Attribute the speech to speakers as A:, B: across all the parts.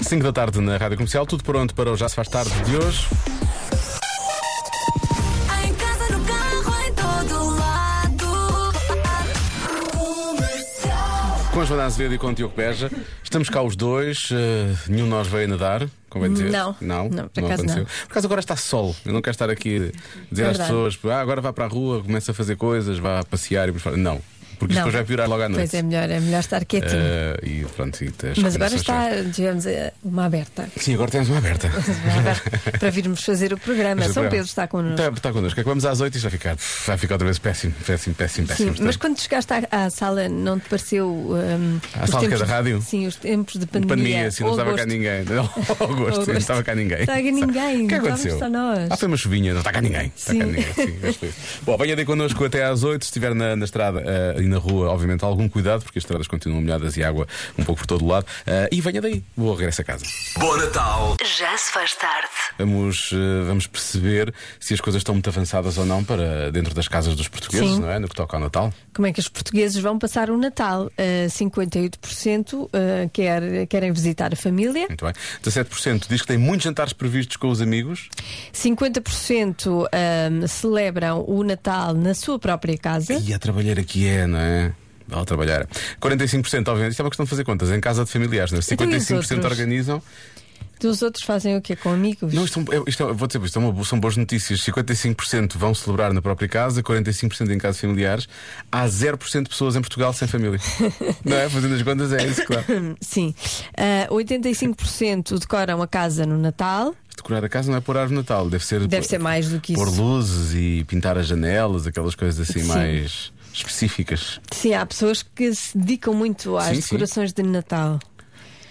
A: 5 da tarde na Rádio Comercial, tudo pronto para o Já Se Faz Tarde de hoje.
B: Tá Em casa, no carro, em todo lado. Comercial.
A: Com a Joana Azevedo e com o Diogo Beja, estamos cá os dois, eh, nenhum de nós veio nadar, convém dizer.
C: Não.
A: não,
C: Não, por acaso
A: aconteceu.
C: não.
A: Por acaso agora está sol, eu não quero estar aqui a dizer às
C: Verdade.
A: pessoas, ah, agora vá para a rua, começa a fazer coisas, vá passear e por fora. Não, porque isto
C: Não.
A: depois vai piorar logo à noite.
C: Pois é, melhor, é melhor estar quietinho.
A: Eh, e pronto, e as
C: Mas agora
A: recomendações
C: está, digamos, eh, uma aberta.
A: Sim, agora temos uma aberta.
C: Uma aberta para virmos fazer o programa.
A: Este
C: São
A: programa.
C: Pedro está connosco.
A: Está, está connosco. É que vamos às 8 e isto vai ficar, vai ficar outra vez péssimo, péssimo, péssimo,
C: Sim,
A: péssimo.
C: mas quando chegaste à, à sala, não te pareceu. Um,
A: À sala que é da rádio?
C: Sim, os tempos de
A: De
C: pandemia.
A: pandemia, assim, não
C: Ou
A: estava cá
C: agosto.
A: ninguém. Não, Agosto, sim, não
C: Agosto.
A: estava cá ninguém.
C: Estava cá ninguém,
A: O que
C: não
A: aconteceu?
C: estávamos só nós.
A: Ah, foi uma chuvinha, não está cá ninguém. Está cá
C: Sim.
A: ninguém. Sim, acho isso. Bom, venha daí connosco até às 8. Se estiver na, na estrada eh, e na rua, obviamente, algum cuidado, porque as estradas continuam molhadas e água um pouco por todo o lado. Eh, e venha daí, boa regresso a casa.
D: Bom Natal!
B: Já se faz tarde.
A: Vamos, eh, vamos perceber se as coisas estão muito avançadas ou não para dentro das casas dos portugueses,
C: Sim.
A: não é? No que toca ao Natal.
C: Como é que os portugueses vão passar o Natal? Eh, 58% eh, quer, querem visitar a família,
A: Muito bem. 17% diz que tem muitos jantares previstos com os amigos.
C: 50% eh, celebram o Natal na sua própria casa.
A: E a trabalhar aqui é, não é? Vá trabalhar. 45%, obviamente, isto é uma questão de fazer contas, em casa de familiares, não é?
C: Então, e os
A: 55%
C: outros?
A: organizam.
C: Os outros fazem o quê? Com amigos?
A: Não, isto, é um- é- isto é- vou dizer, isto é uma bo- são boas notícias. 55% vão celebrar na própria casa, 45% em casa de familiares. Há 0% de pessoas em Portugal sem família. não é? Fazendo as contas, é isso, claro.
C: Hum, Sim. Ah, 85% decoram a casa no Natal.
A: Decorar a casa não é pôr árvore de Natal, deve ser.
C: Deve ser mais do que
A: Pôr
C: isso.
A: luzes e pintar as janelas, aquelas coisas assim
C: Sim.
A: mais específicas.
C: Sim, há pessoas que se dedicam muito às
A: Sim, sim.
C: decorações de Natal.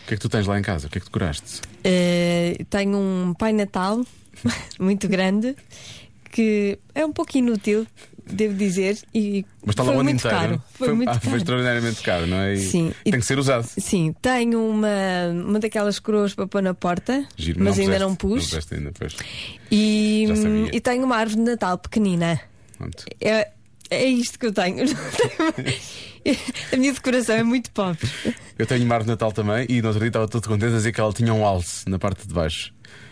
A: O que é que tu tens lá em casa? O que é que decoraste?
C: Eh, tenho um Pai Natal muito grande que é um pouco inútil, devo dizer. E
A: Mas está lá
C: foi
A: o ano
C: muito
A: inteiro.
C: Caro. Foi, muito
A: ah,
C: caro.
A: foi extraordinariamente caro, não é? E
C: Sim.
A: Tem
C: E-
A: que ser usado.
C: Sim, tenho uma, uma daquelas coroas para pôr na porta,
A: Giro,
C: mas ainda
A: puseste,
C: não pus.
A: puseste ainda, pois.
C: e,
A: Já sabia.
C: e tenho uma árvore de Natal pequenina.
A: Pronto.
C: É, é isto que eu tenho. Não tenho- a minha decoração é muito pobre.
A: Eu tenho uma árvore de Natal também e no outro dia estava todo contente a dizer que ela tinha um alce na parte de baixo.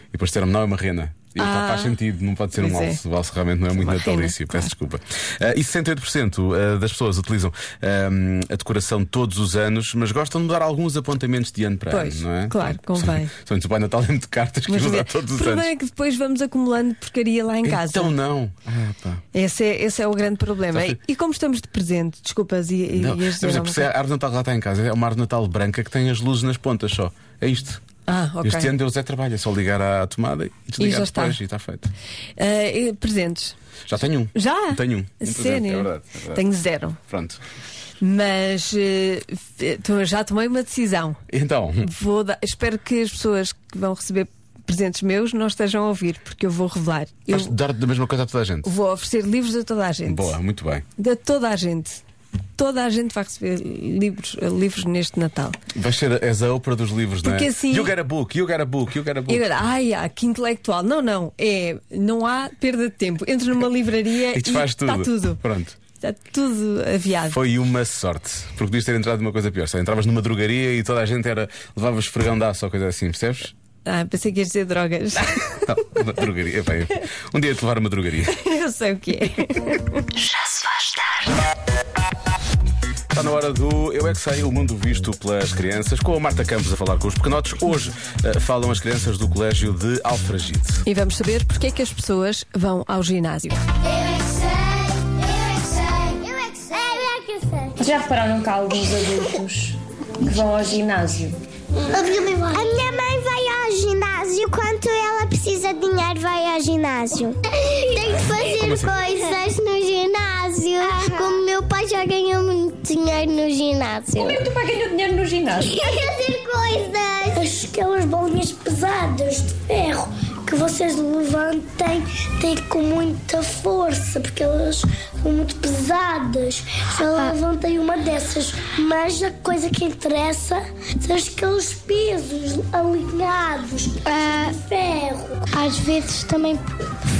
A: E depois disseram-me, não, é uma rena. E eu, pá,
C: Ah.
A: faz sentido, não pode ser um
C: Pois é.
A: alce. O alce realmente não é muito
C: Uma rena,
A: natalício, peço desculpa. Ah, e 68% ah, das pessoas utilizam ah, a decoração todos os anos, mas gostam de mudar alguns apontamentos de ano para
C: Pois,
A: ano, não é?
C: claro,
A: Pronto.
C: convém.
A: Só que o Pai Natal é muito caro, tens que
C: Mas,
A: mudar
C: o
A: todos os
C: problema
A: anos.
C: é que depois vamos acumulando porcaria lá em casa.
A: Então não. Ah, pá.
C: Esse, é, esse é o grande problema. E, e como estamos de presente, desculpas, e, e
A: Não,
C: ias dizer
A: mas é
C: alguma
A: porque se a
C: coisa?
A: árvore de Natal que lá está em casa é uma árvore de Natal branca que tem as luzes nas pontas só. É isto.
C: Ah, ok.
A: Este ano Deus é trabalho, é só ligar à tomada e desligar
C: já
A: depois
C: está.
A: e está feito.
C: Ah, e presentes.
A: Já tenho um.
C: Já?
A: Tenho um. um presente,
C: Sério?
A: é verdade, é verdade.
C: Tenho zero.
A: Pronto.
C: Mas eh, então, eu já tomei uma decisão.
A: Então,
C: Vou dar- espero que as pessoas que vão receber presentes meus não estejam a ouvir, porque eu vou revelar. Eu
A: vais dar da mesma coisa a toda a gente.
C: vou oferecer livros a toda a gente.
A: Boa, muito bem.
C: De toda a gente. Toda a gente vai receber livros, livros neste Natal.
A: Vais ser és a ópera dos livros, não
C: Porque
A: é?
C: assim-
A: You got a book, you got a book, you got a book.
C: E agora, ai, ah, que intelectual. Não, não. É, não há perda de tempo. Entro numa livraria
A: E desfaz tudo.
C: está tá tudo.
A: Pronto.
C: Está tudo aviado.
A: Foi uma sorte, porque podias ter entrado numa coisa pior. Só entravas numa drogaria e toda a gente era levava esfregão de aço ou coisa assim, percebes?
C: Ah, pensei que ias dizer drogas.
A: Não, uma drogaria. Bem, um dia te levar a uma drogaria.
C: Eu sei o que é.
B: Já se faz tarde.
A: Está na hora do Eu é que sei, o mundo visto pelas crianças, com a Marta Campos a falar com os pequenotes. Hoje eh, falam as crianças do Colégio de Alfragide.
C: E vamos saber porque é que as pessoas vão ao ginásio.
E: Eu é que sei, eu é que sei, eu é que sei, eu é que sei.
F: Já repararam que há alguns adultos que vão ao ginásio?
E: A minha mãe vai ao ginásio quando ela precisa de dinheiro, vai ao ginásio. Tem que fazer
F: assim?
E: coisas no ginásio. Como meu pai já ganhou muito dinheiro no ginásio.
F: Como é que tu pai ganhou dinheiro no ginásio?
E: Tem que fazer coisas.
G: As- aquelas é bolinhas pesadas de ferro que vocês levantem têm com muita força, porque elas são muito pesadas. Se
E: Ah,
G: eu levantei uma dessas, mas a coisa que interessa são aqueles pesos alinhados de ferro.
E: Ah, Às vezes também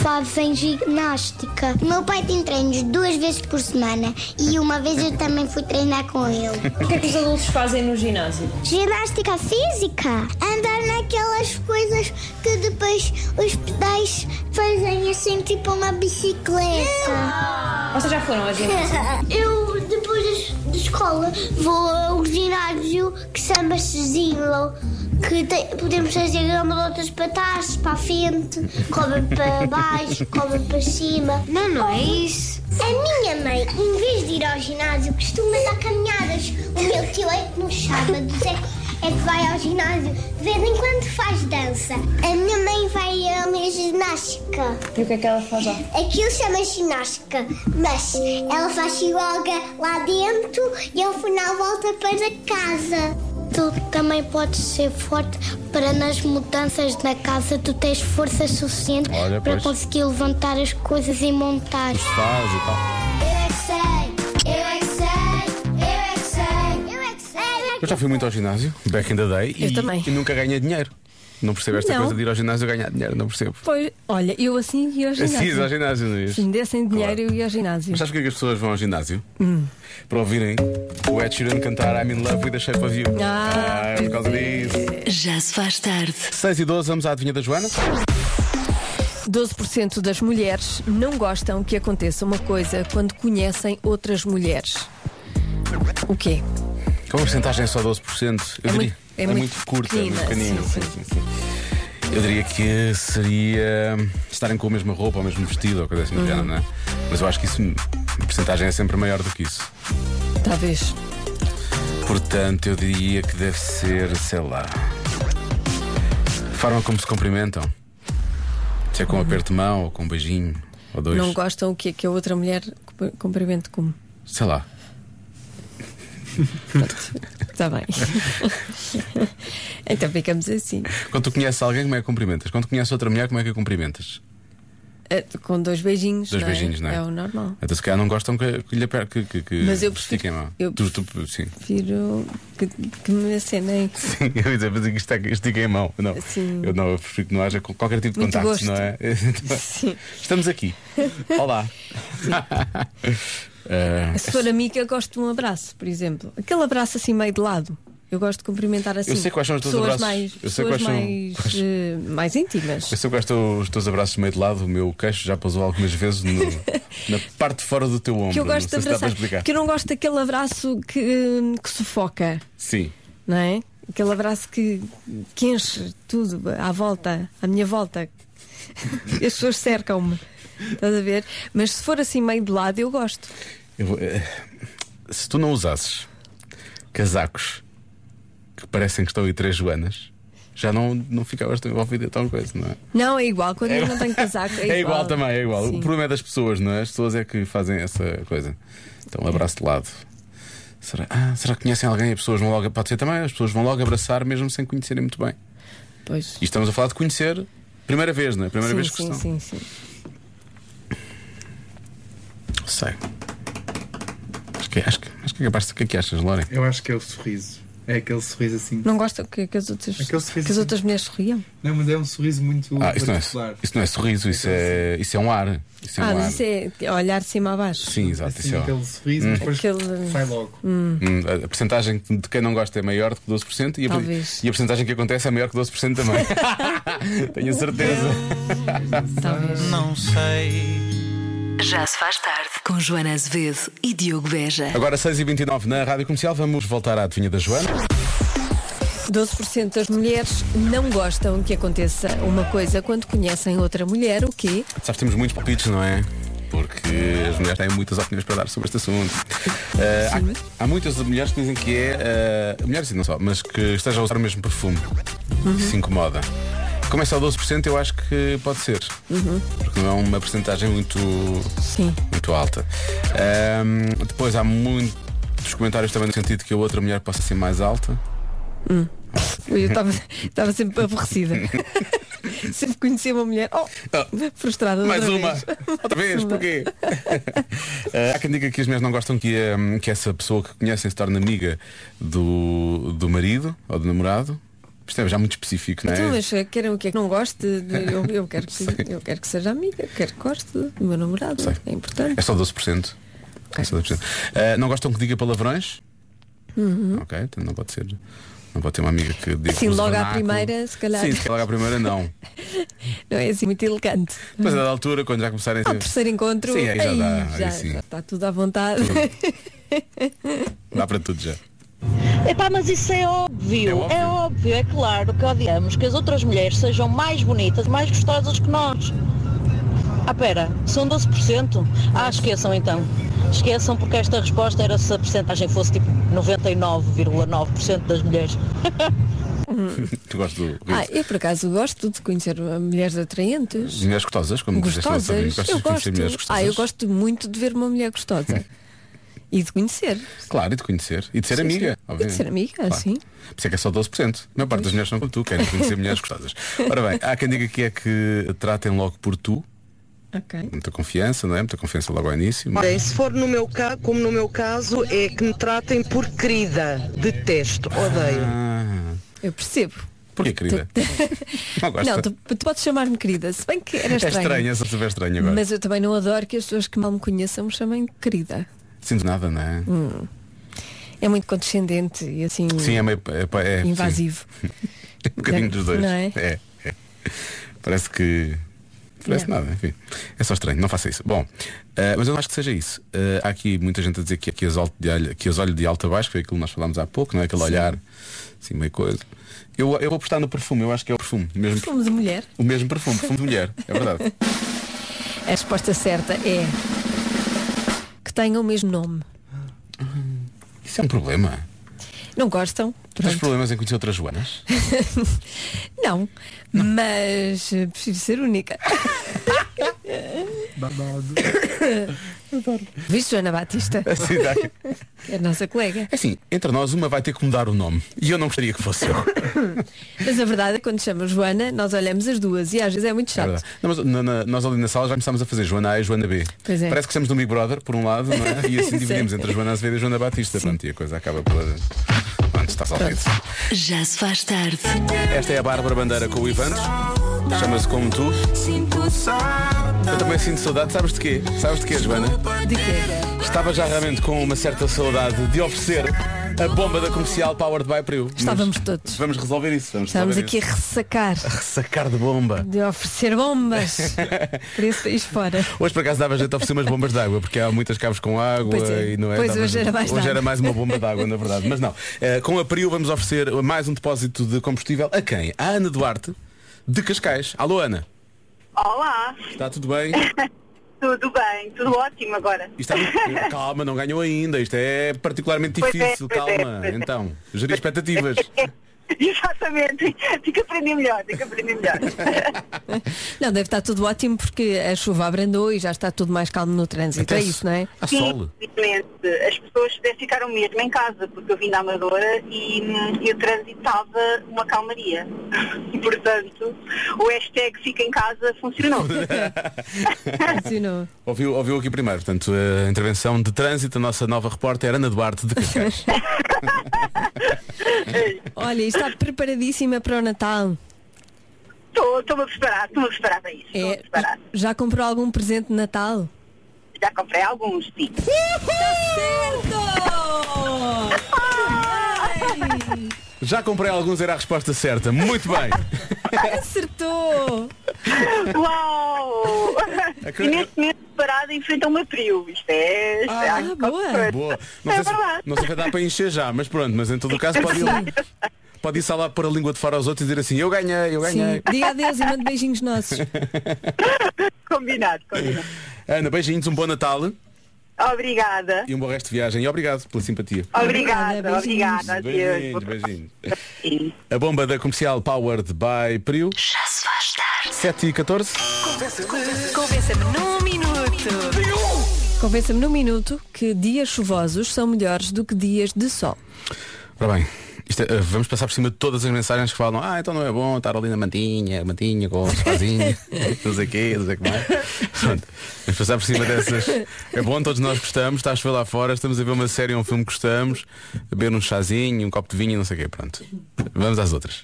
E: fazem ginástica. Meu pai tem treinos duas vezes por semana e uma vez eu também fui treinar com ele.
F: O que é que os adultos fazem no ginásio?
E: Ginástica física, andar aquelas coisas que depois os pedais fazem assim, tipo uma bicicleta.
D: Vocês já foram ao ginásio?
E: Eu, depois da escola, vou ao ginásio que chama-se Zillow. Que tem- podemos fazer gramolotas para trás, para a frente, cobra para baixo, cobra para cima. Não, não é isso. A minha mãe, em vez de ir ao ginásio, costuma dar caminhadas. O meu tio é que nos sábados é, é que vai ao ginásio. De vez em quando faz dança. A minha mãe vai à minha ginástica.
F: E o que é que ela faz lá?
E: Aquilo chama ginástica, mas ela faz yoga lá dentro e ao final volta para casa. Tu também podes ser forte para nas mudanças na casa tu tens força suficiente
A: Olha,
E: para
A: pois.
E: conseguir levantar as coisas e montar.
A: Faz e tal.
E: Eu é que sei, eu é que sei, eu é que sei, eu é que sei.
A: Eu já fui muito ao ginásio, back in the day,
C: Eu
A: e,
C: também.
A: e nunca ganhei dinheiro. Não percebo esta
C: Não.
A: coisa de ir ao ginásio ganhar dinheiro, não percebo.
C: Pois, olha, eu assim ia ao
A: Assim,
C: ginásio.
A: ao ginásio, não é
C: Se me dessem dinheiro,
A: Claro.
C: eu ia ao ginásio.
A: Mas sabes porquê que as pessoas vão ao ginásio?
C: Hum.
A: Para ouvirem o Ed Sheeran cantar I'm in love with a shape of you.
C: Ah,
A: é por causa disso.
B: Já se faz tarde.
A: 6 e 12, vamos à adivinha da Joana.
C: 12% das mulheres não gostam que aconteça uma coisa quando conhecem outras mulheres. O quê?
A: Como a porcentagem é só 12%, eu
C: É
A: diria.
C: muito- é muito
A: curta, é muito
C: pequenina,
A: pequenino.
C: sim,
A: sim, sim. Eu diria que seria estarem com a mesma roupa, ou o mesmo vestido, ou coisa
C: Uhum.
A: assim do género, não é? Mas eu acho que isso, a porcentagem é sempre maior do que isso.
C: Talvez.
A: Portanto, eu diria que deve ser, sei lá. A forma como se cumprimentam. Se é com um aperto de mão, ou com um beijinho, ou dois.
C: Uhum. Não gostam o quê? Que a outra mulher cumpri- cumprimente como?
A: Sei lá.
C: Está Tá bem. então ficamos assim.
A: Quando tu conheces alguém, como é que cumprimentas? Quando tu conheces outra mulher, como é que a cumprimentas?
C: É, Com dois beijinhos.
A: Dois
C: não é?
A: beijinhos, não é?
C: É o normal.
A: Então, se calhar, não gostam que, que lhe aper- que, que, que
C: Mas eu prefiro-
A: estiquem a mão.
C: eu-
A: Tu- tu- sim.
C: Prefiro que, que me acenem.
A: Sim, eu ia dizer, mas isto é que estiquem a mão. Não,
C: Sim.
A: eu não, eu prefiro que não haja co- qualquer tipo de
C: Muito
A: contacto,
C: gosto.
A: não é?
C: Sim.
A: Estamos aqui. Olá. Ah,
C: Se for amiga, gosto de um abraço, por exemplo. Aquele abraço assim meio de lado. Eu gosto de cumprimentar assim.
A: Eu sei quais são os teus
C: pessoas
A: abraços.
C: mais,
A: Eu sei
C: pessoas
A: quais são-
C: mais,
A: quais-
C: eh, mais íntimas.
A: Eu sei quais estão os teus abraços meio de lado, o meu queixo já pousou algumas vezes no- na parte de fora do teu ombro.
C: Que eu gosto de
A: não sei se dá para
C: abraçar.
A: explicar.
C: Porque eu não gosto daquele abraço que, que sufoca,
A: Sim.
C: não é? Aquele abraço que, que enche tudo à volta, à minha volta. As pessoas cercam-me. Estás a ver? Mas se for assim meio de lado, eu gosto.
A: Eu vou- eh, se tu não usasses casacos que parecem que estão aí três Joanas, já não, não ficavas tão envolvida em tal coisa, não é?
C: Não, é igual. Quando eu não tenho casaco.
A: É, igual. também, é igual.
C: Sim.
A: O problema é das pessoas, não é? As pessoas é que fazem essa coisa. Então, abraço de lado. Será, ah, será que conhecem alguém? As pessoas vão logo. Pode ser também, as pessoas vão logo abraçar mesmo sem conhecerem muito bem.
C: Pois.
A: E estamos É a falar de conhecer primeira vez, não é? Primeira vez
C: Sim,
A: que
C: sim,
A: estão.
C: sim, sim.
A: Sei. Acho que, acho, que, acho que é capaz de. O que é que achas, Lorem?
H: Eu acho que é o sorriso. É aquele sorriso assim.
C: Não gosta que, que as, outras,
H: Aquele sorriso
C: que as
H: assim.
C: outras mulheres sorriam?
H: Não, mas é um sorriso muito
A: Ah, isso não, é,
H: particular.
A: isso não é sorriso, isso é, isso é um ar. Isso é
C: ah,
A: um ar.
C: mas isso é olhar de cima a baixo.
A: Sim, exato.
H: Assim,
A: Isso é
H: aquele sorriso, mas depois
C: Aquele-
H: sai logo.
A: Hum, a- a porcentagem de quem não gosta é maior do que 12% e a,
C: Talvez.
A: e a porcentagem que acontece é maior que 12% também. Tenho certeza.
C: Talvez.
I: Não sei.
B: Já se faz tarde. Com Joana Azevedo e Diogo Beja.
A: Agora 6h29 na Rádio Comercial, vamos voltar à adivinha da Joana.
C: 12% das mulheres não gostam que aconteça uma coisa quando conhecem outra mulher, o quê?
A: Sabes, temos muitos palpites, não é? Porque as mulheres têm muitas opiniões para dar sobre este assunto. Ah,
C: Sim.
A: há, há muitas mulheres que dizem que é. ah, mulheres e não só, mas que estejam a usar o mesmo perfume. Que se incomoda. Como é só 12%, eu acho que pode ser. Porque não é uma porcentagem muito,
C: Sim.
A: muito alta. Ahm, depois há muitos comentários também no sentido que a outra mulher possa ser mais alta.
C: Eu estava- estava sempre aborrecida. sempre conhecia uma mulher. Oh,
A: Ah,
C: frustrada.
A: Mais
C: outra
A: uma!
C: vez.
A: Outra vez, porquê? Ah, há quem diga que as mulheres não gostam que, hum, que essa pessoa que conhecem se torne amiga do, do marido ou do namorado. Isto é já muito específico, não é?
C: Então, mas querem o que é que não goste? De- Eu, eu quero que, eu quero que seja amiga, quero que goste do meu namorado. É
A: É
C: importante.
A: só 12%. Eh, É só 12%. Ah, não gostam que diga palavrões? Ok, então não pode ser Não pode ter uma amiga que diga.
C: Uhum. Assim,
A: usa
C: logo à
A: vernáculo.
C: primeira, se calhar.
A: Sim, logo à primeira não.
C: Não é assim muito elegante.
A: Mas a dada altura, quando já começarem
C: Ao
A: a.
C: terceiro encontro,
A: É. Sim, aí já dá,
C: ai,
A: aí
C: já-
A: sim.
C: já está tudo à vontade.
A: Dá para tudo já.
D: Epá, mas isso é óbvio,
A: É
D: é
A: óbvio.
D: óbvio, é claro que odiamos que as outras mulheres sejam mais bonitas, mais gostosas que nós. Ah, pera, são 12%? Ah, esqueçam então. Esqueçam porque esta resposta era se a percentagem fosse tipo 99,9% das mulheres.
A: Tu gosto do.
C: Ah, eu por acaso gosto de conhecer uh, mulheres atraentes.
A: As mulheres gostosas, como disseste ao outro dia.
C: Gostosas.
A: Gostas
C: Eu
A: de conhecer
C: gosto.
A: mulheres gostosas?
C: Ah, eu gosto muito de ver uma mulher gostosa. e de conhecer.
A: Claro, e de conhecer. E de ser
C: Sim,
A: amiga,
C: sim.
A: obviamente.
C: E de ser amiga, sim.
A: Por isso é que é só 12%. A maior parte das mulheres não como tu, querem conhecer mulheres gostosas. Ora bem, há quem diga que é que tratem logo por tu.
C: Ok.
A: Muita confiança, não é? Muita confiança logo ao início. mas-
I: Bem, se for no meu caso, como no meu caso, é que me tratem por querida. Detesto, odeio.
A: Ah,
C: Eu percebo.
A: porquê, querida? Não gosta?
C: Não, tu, tu podes chamar-me querida, se bem que era
A: é
C: estranho.
A: estranha, só estiver estranho agora.
C: Mas eu também não adoro que as pessoas que mal me conheçam me chamem de querida.
A: Sinto nada, não é?
C: Hum. É muito condescendente e assim
A: Sim, é meio. É, é-
C: invasivo.
A: sim, um bocadinho dos dois.
C: Não é?
A: É, é. Parece que. Parece nada, enfim. É só estranho, não faça isso. Bom, eh, mas eu não acho que seja isso. Eh, há aqui muita gente a dizer que, que, os olhos de, alho- que os olhos de alto a baixo, que foi aquilo que nós falámos há pouco, não é? Aquele olhar, assim, meio coisa. Eu, eu vou apostar no perfume, eu acho que é o perfume. o Mesmo,
C: Perfume de mulher.
A: o mesmo perfume, perfume de mulher, é verdade.
C: A resposta certa é que tenham o mesmo nome.
A: Isso é um problema.
C: Não gostam?
A: Tens
C: Pronto.
A: problemas em conhecer outras Joanas?
C: Não, mas eh, prefiro ser única.
H: Babado.
C: Viste Joana Batista,
A: Assim, dá-
C: que é a nossa colega.
A: É assim, entre nós, uma vai ter que mudar o nome. E eu não gostaria que fosse eu.
C: Mas a verdade é que quando chamam Joana, nós olhamos as duas e às vezes é muito
A: É
C: chato.
A: verdade. Não, mas na- na- nós ali na sala já começámos a fazer Joana A e Joana B.
C: Pois é.
A: Parece que estamos no Big Brother, por um lado, não é? E assim dividimos
C: Sim.
A: entre a Joana Azevedo e a Joana Batista. Pronto, e a coisa acaba por. Pronto, está salvido.
B: Já se faz tarde.
A: Esta é a Bárbara Bandeira com o Ivantes. Chama-se Como Tu.
B: Sinto saudade.
A: Eu também sinto saudade. Sabes de quê? Sabes de quê, Joana?
C: De quê?
A: Estava já realmente com uma certa saudade de oferecer a bomba da comercial Powered by Priu. Mas
C: Estávamos todos.
A: Vamos resolver isso. Vamos
C: Estamos
A: resolver
C: aqui a
A: isso.
C: ressacar
A: Ressacar de bomba.
C: de oferecer bombas por esse país fora.
A: Hoje por acaso dava jeito a oferecer umas bombas de água, porque há muitas cabos com água
C: Pois é.
A: e não é.
C: Pois
A: Dava
C: hoje
A: jeito.
C: era mais
A: Hoje
C: de
A: era
C: água.
A: mais uma bomba de água, na verdade. Mas não. Eh, com a Priu vamos oferecer mais um depósito de combustível a quem? A Ana Duarte, de Cascais. Alô Ana,
J: Olá,
A: está tudo bem?
J: tudo bem? Tudo ótimo agora.
A: Isto é- Calma, não ganhou ainda. Isto é particularmente
J: Pois é,
A: difícil,
J: pois é,
A: calma.
J: pois é.
A: Então, gerir expectativas.
J: Exatamente, tenho que aprender melhor, tenho que aprender melhor.
C: Não, deve estar tudo ótimo porque a chuva abrandou e já está tudo mais calmo no trânsito. é isso, não é?
A: A
J: Sim,
A: sol.
J: infelizmente, as pessoas eh, ficaram mesmo em casa, porque eu vim da Amadora e, hum, e o trânsito estava uma calmaria. E, portanto, o hashtag fica em casa funcionou.
C: Funcionou.
A: Ouviu, ouviu aqui primeiro, portanto, a intervenção de trânsito, a nossa nova repórter Ana Duarte de Cascais.
C: Olha, e está preparadíssima para o Natal.
J: Estou- Estou-me a preparar, estou-me a preparar para isso. Estou-me a
C: É,
J: preparar.
C: já comprou algum presente de Natal?
J: Já comprei alguns, sim.
C: Certo! Bem,
A: Já comprei alguns, era a resposta certa. Muito bem.
C: Acertou!
J: Uau! E neste momento parada em frente a uma trio. Isto é. isto é
A: Ah,
J: algo
C: boa.
J: qualquer coisa.
A: Boa. Não,
J: É
A: sei se,
J: verdade. É
A: não sei se dá para encher já, mas pronto, mas em todo o caso pode ir, pode ir lá pôr a língua de fora aos outros e dizer assim, eu ganhei, eu ganhei.
J: né?
C: Sim, diga adeus e mande beijinhos nossos.
J: Combinado, combinado.
A: Ana, beijinhos, um bom Natal
J: Obrigada.
A: e um bom resto de viagem. E obrigado pela simpatia.
J: Obrigada,
C: Obrigada, beijinhos.
J: obrigada.
A: Beijinhos,
J: Adeus.
A: beijinhos.
J: Sim.
A: A bomba da comercial Powered by Priu. Já se faz tarde. 7 e 14.
B: Convença-me num minuto.
C: Convença-me num minuto que dias chuvosos são melhores do que dias de sol.
A: Ora Tá bem, isto é- vamos passar por cima de todas as mensagens que falam, ah, então não é bom estar ali na mantinha, mantinha com o sofazinho, não sei o quê, não sei o que mais. Pronto, vamos passar por cima dessas. É bom, todos nós gostamos, está a chover lá fora, estamos a ver uma série ou um filme que gostamos, a beber um chazinho, um copo de vinho, não sei o quê, pronto. Vamos às outras.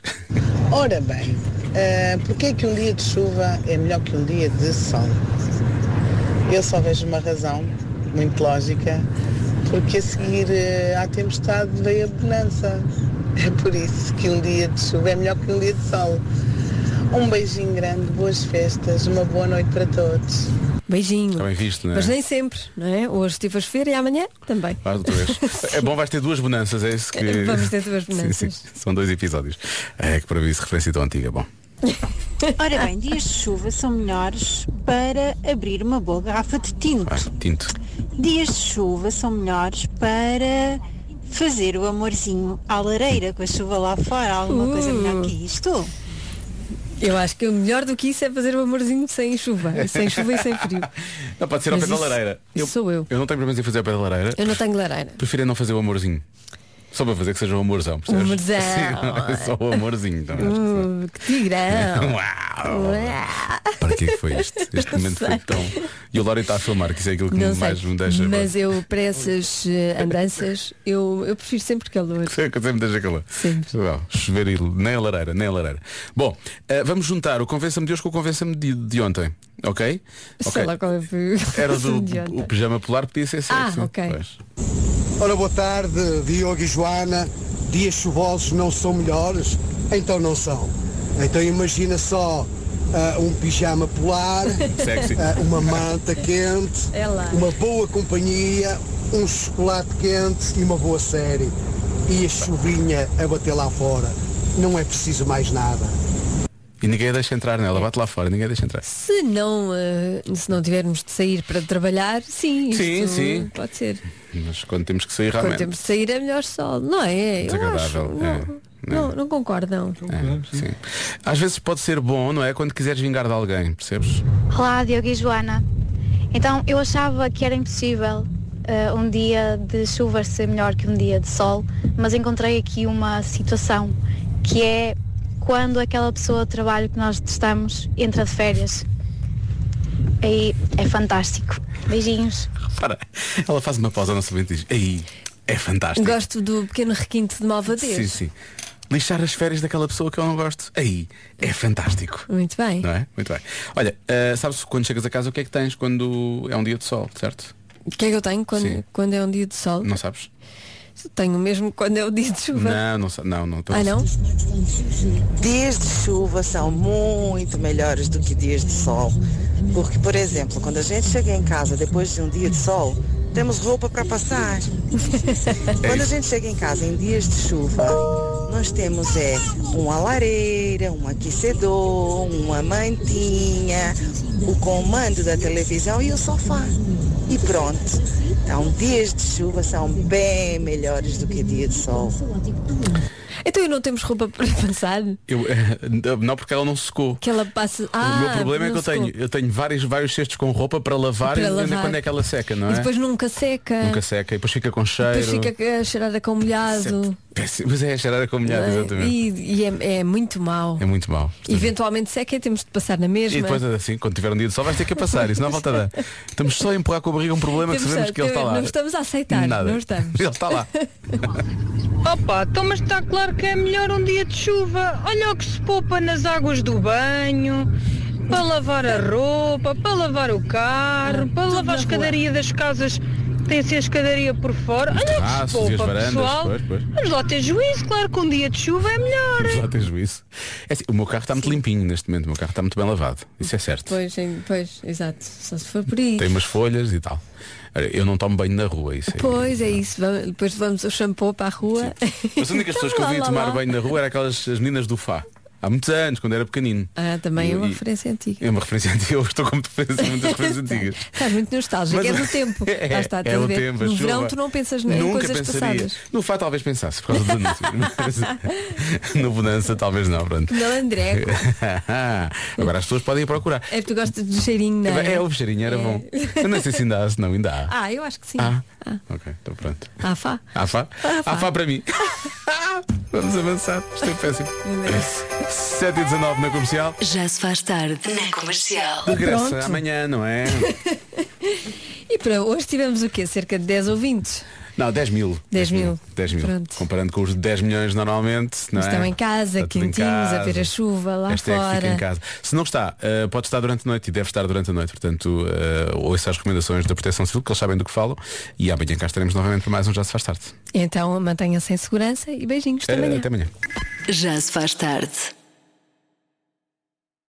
I: Ora bem, ah, porquê é que um dia de chuva é melhor que um dia de sol? Eu só vejo uma razão, eh, muito lógica, porque a seguir ah, à tempestade veio a bonança. É por isso que um dia de chuva é melhor que um dia de sol. Um beijinho grande, boas festas, uma boa noite para todos.
C: Beijinho.
A: Está bem visto, não é?
C: Mas nem sempre, não é? Hoje tive a chover e amanhã também.
A: Vais outra vez. é bom, vais ter duas bonanças, é isso que.
C: Vamos ter duas
A: Sim,
C: bonanças.
A: sim. São dois episódios. É que para mim isso referência tão antiga. Bom.
K: Ora bem, dias de chuva são melhores para abrir uma boa garrafa de tinto.
A: Ah, tinto.
K: Dias de chuva são melhores para fazer o amorzinho à lareira, com a chuva lá fora, alguma coisa melhor que
B: Hum.
K: isto.
C: Eu acho que o melhor do que isso é fazer o amorzinho sem chuva. Sem chuva e sem frio.
A: Não, pode ser ao pé
C: Mas
A: da
C: isso-
A: lareira.
C: isso sou eu.
A: Eu não tenho problemas em fazer ao pé da lareira.
C: Eu não tenho lareira.
A: Prefiro é não fazer o amorzinho. Só para fazer que seja o amorzão, percebes?
C: Amorzão.
A: Sim, é só o amorzinho. Então,
C: Uh, que tigrão.
A: Uau!
C: Uau.
A: Para que é que foi isto? Este
C: Não
A: momento foi
C: sei.
A: tão. E o Lório está a filmar, que isso é aquilo que
C: Não sei,
A: mais me deixa.
C: mas eu para essas eh, andanças eu, eu prefiro sempre calor.
A: Sim, é que sempre me deixa calor. Bom, chover e nem a lareira, nem a lareira. Bom, eh, vamos juntar o Convença-me de hoje com o Convença-me de, de ontem, ok?
C: Sei
A: Ok.
C: lá qual é o
A: Era
C: de ontem.
A: do o pijama polar, podia ser
C: Ah,
A: sexo.
C: ok.
A: Pois.
L: Ora, boa tarde, Diogo e Joana. Dias chuvosos não são melhores? Então não são. Então imagina só ah, um pijama polar,
M: Sexy.
L: ah, uma manta quente,
M: É lá.
L: uma boa companhia, um chocolate quente e uma boa série. E a chuvinha a bater lá fora. Não é preciso mais nada.
A: E ninguém a deixa entrar nela, bate lá fora, ninguém a deixa entrar.
C: Se não, eh, se não tivermos de sair para trabalhar, sim, isto
A: Sim, sim.
C: pode ser.
A: Mas quando temos que sair
C: Quando
A: realmente.
C: temos de sair é melhor sol, não é? Eu
A: Desagradável,
C: acho.
A: é.
C: Não, não concordam.
A: É, sim. Às vezes pode ser bom, não é? Quando quiseres vingar de alguém, percebes?
N: Olá, Diogo e Joana. Então, eu achava que era impossível eh, um dia de chuva ser melhor que um dia de sol, mas encontrei aqui uma situação que é quando aquela pessoa de trabalho que nós testamos entra de férias. Aí é fantástico. Beijinhos.
A: Para. Ela faz uma pausa na sua mente e diz, aí, é fantástico.
C: Gosto do pequeno requinte de malvadez.
A: Sim, sim. Lixar as férias daquela pessoa que eu não gosto. Aí, é fantástico.
C: Muito bem.
A: Não é? Muito bem. Olha, ah, sabes quando chegas a casa o que é que tens quando é um dia de sol, certo?
C: O que é que eu tenho
A: Sim.
C: quando, quando é um dia de sol?
A: Não sabes?
C: Tenho mesmo quando é o dia de chuva.
A: Não, não sa- não, então não.
C: Ah, não?
O: Dias de chuva são muito melhores do que dias de sol. Porque, por exemplo, quando a gente chega em casa depois de um dia de sol, temos roupa para passar. quando a gente chega em casa em dias de chuva, nós temos é uma lareira, um aquecedor, uma mantinha, o comando da televisão e o sofá. E pronto. Então, dias de chuva são bem melhores do que dia de sol.
C: Então e não temos roupa para passar?
A: Eu, eh, não porque ela não secou.
C: Que ela passa. Ah,
A: o meu problema é que
C: não
A: eu tenho,
C: secou.
A: eu tenho vários, vários cestos com roupa para lavar
C: Para
A: e ainda
C: lavar.
A: quando é que ela seca, não é?
C: E depois nunca seca.
A: Nunca seca e depois fica com cheiro.
C: Depois fica a cheirada com molhado.
A: Péssimo. Mas é a cheirar a comunhada,
C: não é?
A: exatamente.
C: E, e é. é, é muito mau.
A: É muito mau.
C: Eventualmente seca e temos de passar na mesma.
A: E depois assim, quando tiver um dia de sol vais ter que passar, isso não volta a dar. Estamos só a empurrar com a barriga um problema que
C: Temos
A: sabemos
C: só-
A: que ele está lá.
C: Não estamos a aceitar.
A: Nada.
C: Não estamos.
A: Ele está lá.
P: Opa, então mas está claro que é melhor um dia de chuva. Olha o que se poupa nas águas do banho, para lavar a roupa, para lavar o carro, para lavar a escadaria das casas. que Tem assim a escadaria por fora. Olha o que se
A: terraços e as
P: poupa,
A: varandas,
P: pessoal.
A: pois, pois.
P: Vamos lá ter juízo, claro que um dia de chuva é melhor.
A: Vamos lá ter juízo. É assim, o meu carro está muito limpinho neste momento, o meu carro está muito bem lavado. Isso é certo.
C: Pois, em- pois, exato. Só se for por aí.
A: Tem umas folhas e tal. Olha, Eu não tomo banho na rua, isso aí.
C: Pois é isso. Vamos- depois levamos o shampoo para a rua.
A: As únicas pessoas que eu
C: Lá,
A: via
C: lá,
A: tomar
C: lá.
A: banho na rua eram aquelas as meninas do Fá. Há muitos anos, quando era pequenino.
C: Ah, também é uma
A: E-
C: referência antiga.
A: É uma referência antiga, eu estou com referência- muitas referências antigas.
C: Estás muito nostálgico,
A: Mas-
C: é do tempo.
A: É,
C: Lá está,
A: é
C: estás a
A: o
C: ver?
A: tempo, a
C: no
A: chuva.
C: verão tu não pensas nem em
A: Nunca
C: coisas
A: pensaria.
C: passadas.
A: No Fá talvez pensasse, por causa do anúncio. Mas no Bonança talvez não, pronto.
C: Não, André,
A: Agora as pessoas podem ir procurar.
C: é porque tu gostas do cheirinho, não é?
A: É, o cheirinho era
C: É.
A: bom. Eu não sei se ainda há, se não, ainda há.
C: Ah, eu acho que sim.
A: Ah. Ok, então pronto.
C: Ah, fá.
A: Há Fá?
C: Há Fá.
A: Há Fá para mim. Vamos avançar. Isto é péssimo. 7 e 19 na comercial.
B: Já se faz tarde na comercial.
A: De regresso
C: Pronto.
A: amanhã, não é?
C: E para hoje tivemos o quê? Cerca de 10 ouvintes.
A: Não, 10 mil.
C: 10 mil.
A: 10 mil.
C: Pronto.
A: Comparando com os 10 milhões normalmente. Não é?
C: Estão em casa,
A: Está tudo em
C: quentinhos, a ver
A: casa.
C: a chuva lá
A: Esta é que fica em
C: fora.
A: casa. Se não está, eh, pode estar durante a noite e deve estar durante a noite. Portanto, eh, ouça as recomendações da Proteção Civil, que eles sabem do que falam. E amanhã cá estaremos novamente para mais um Já se faz tarde.
C: Então mantenha-se em segurança e beijinhos
A: Eh,
C: também.
A: até amanhã.
M: Já se faz tarde.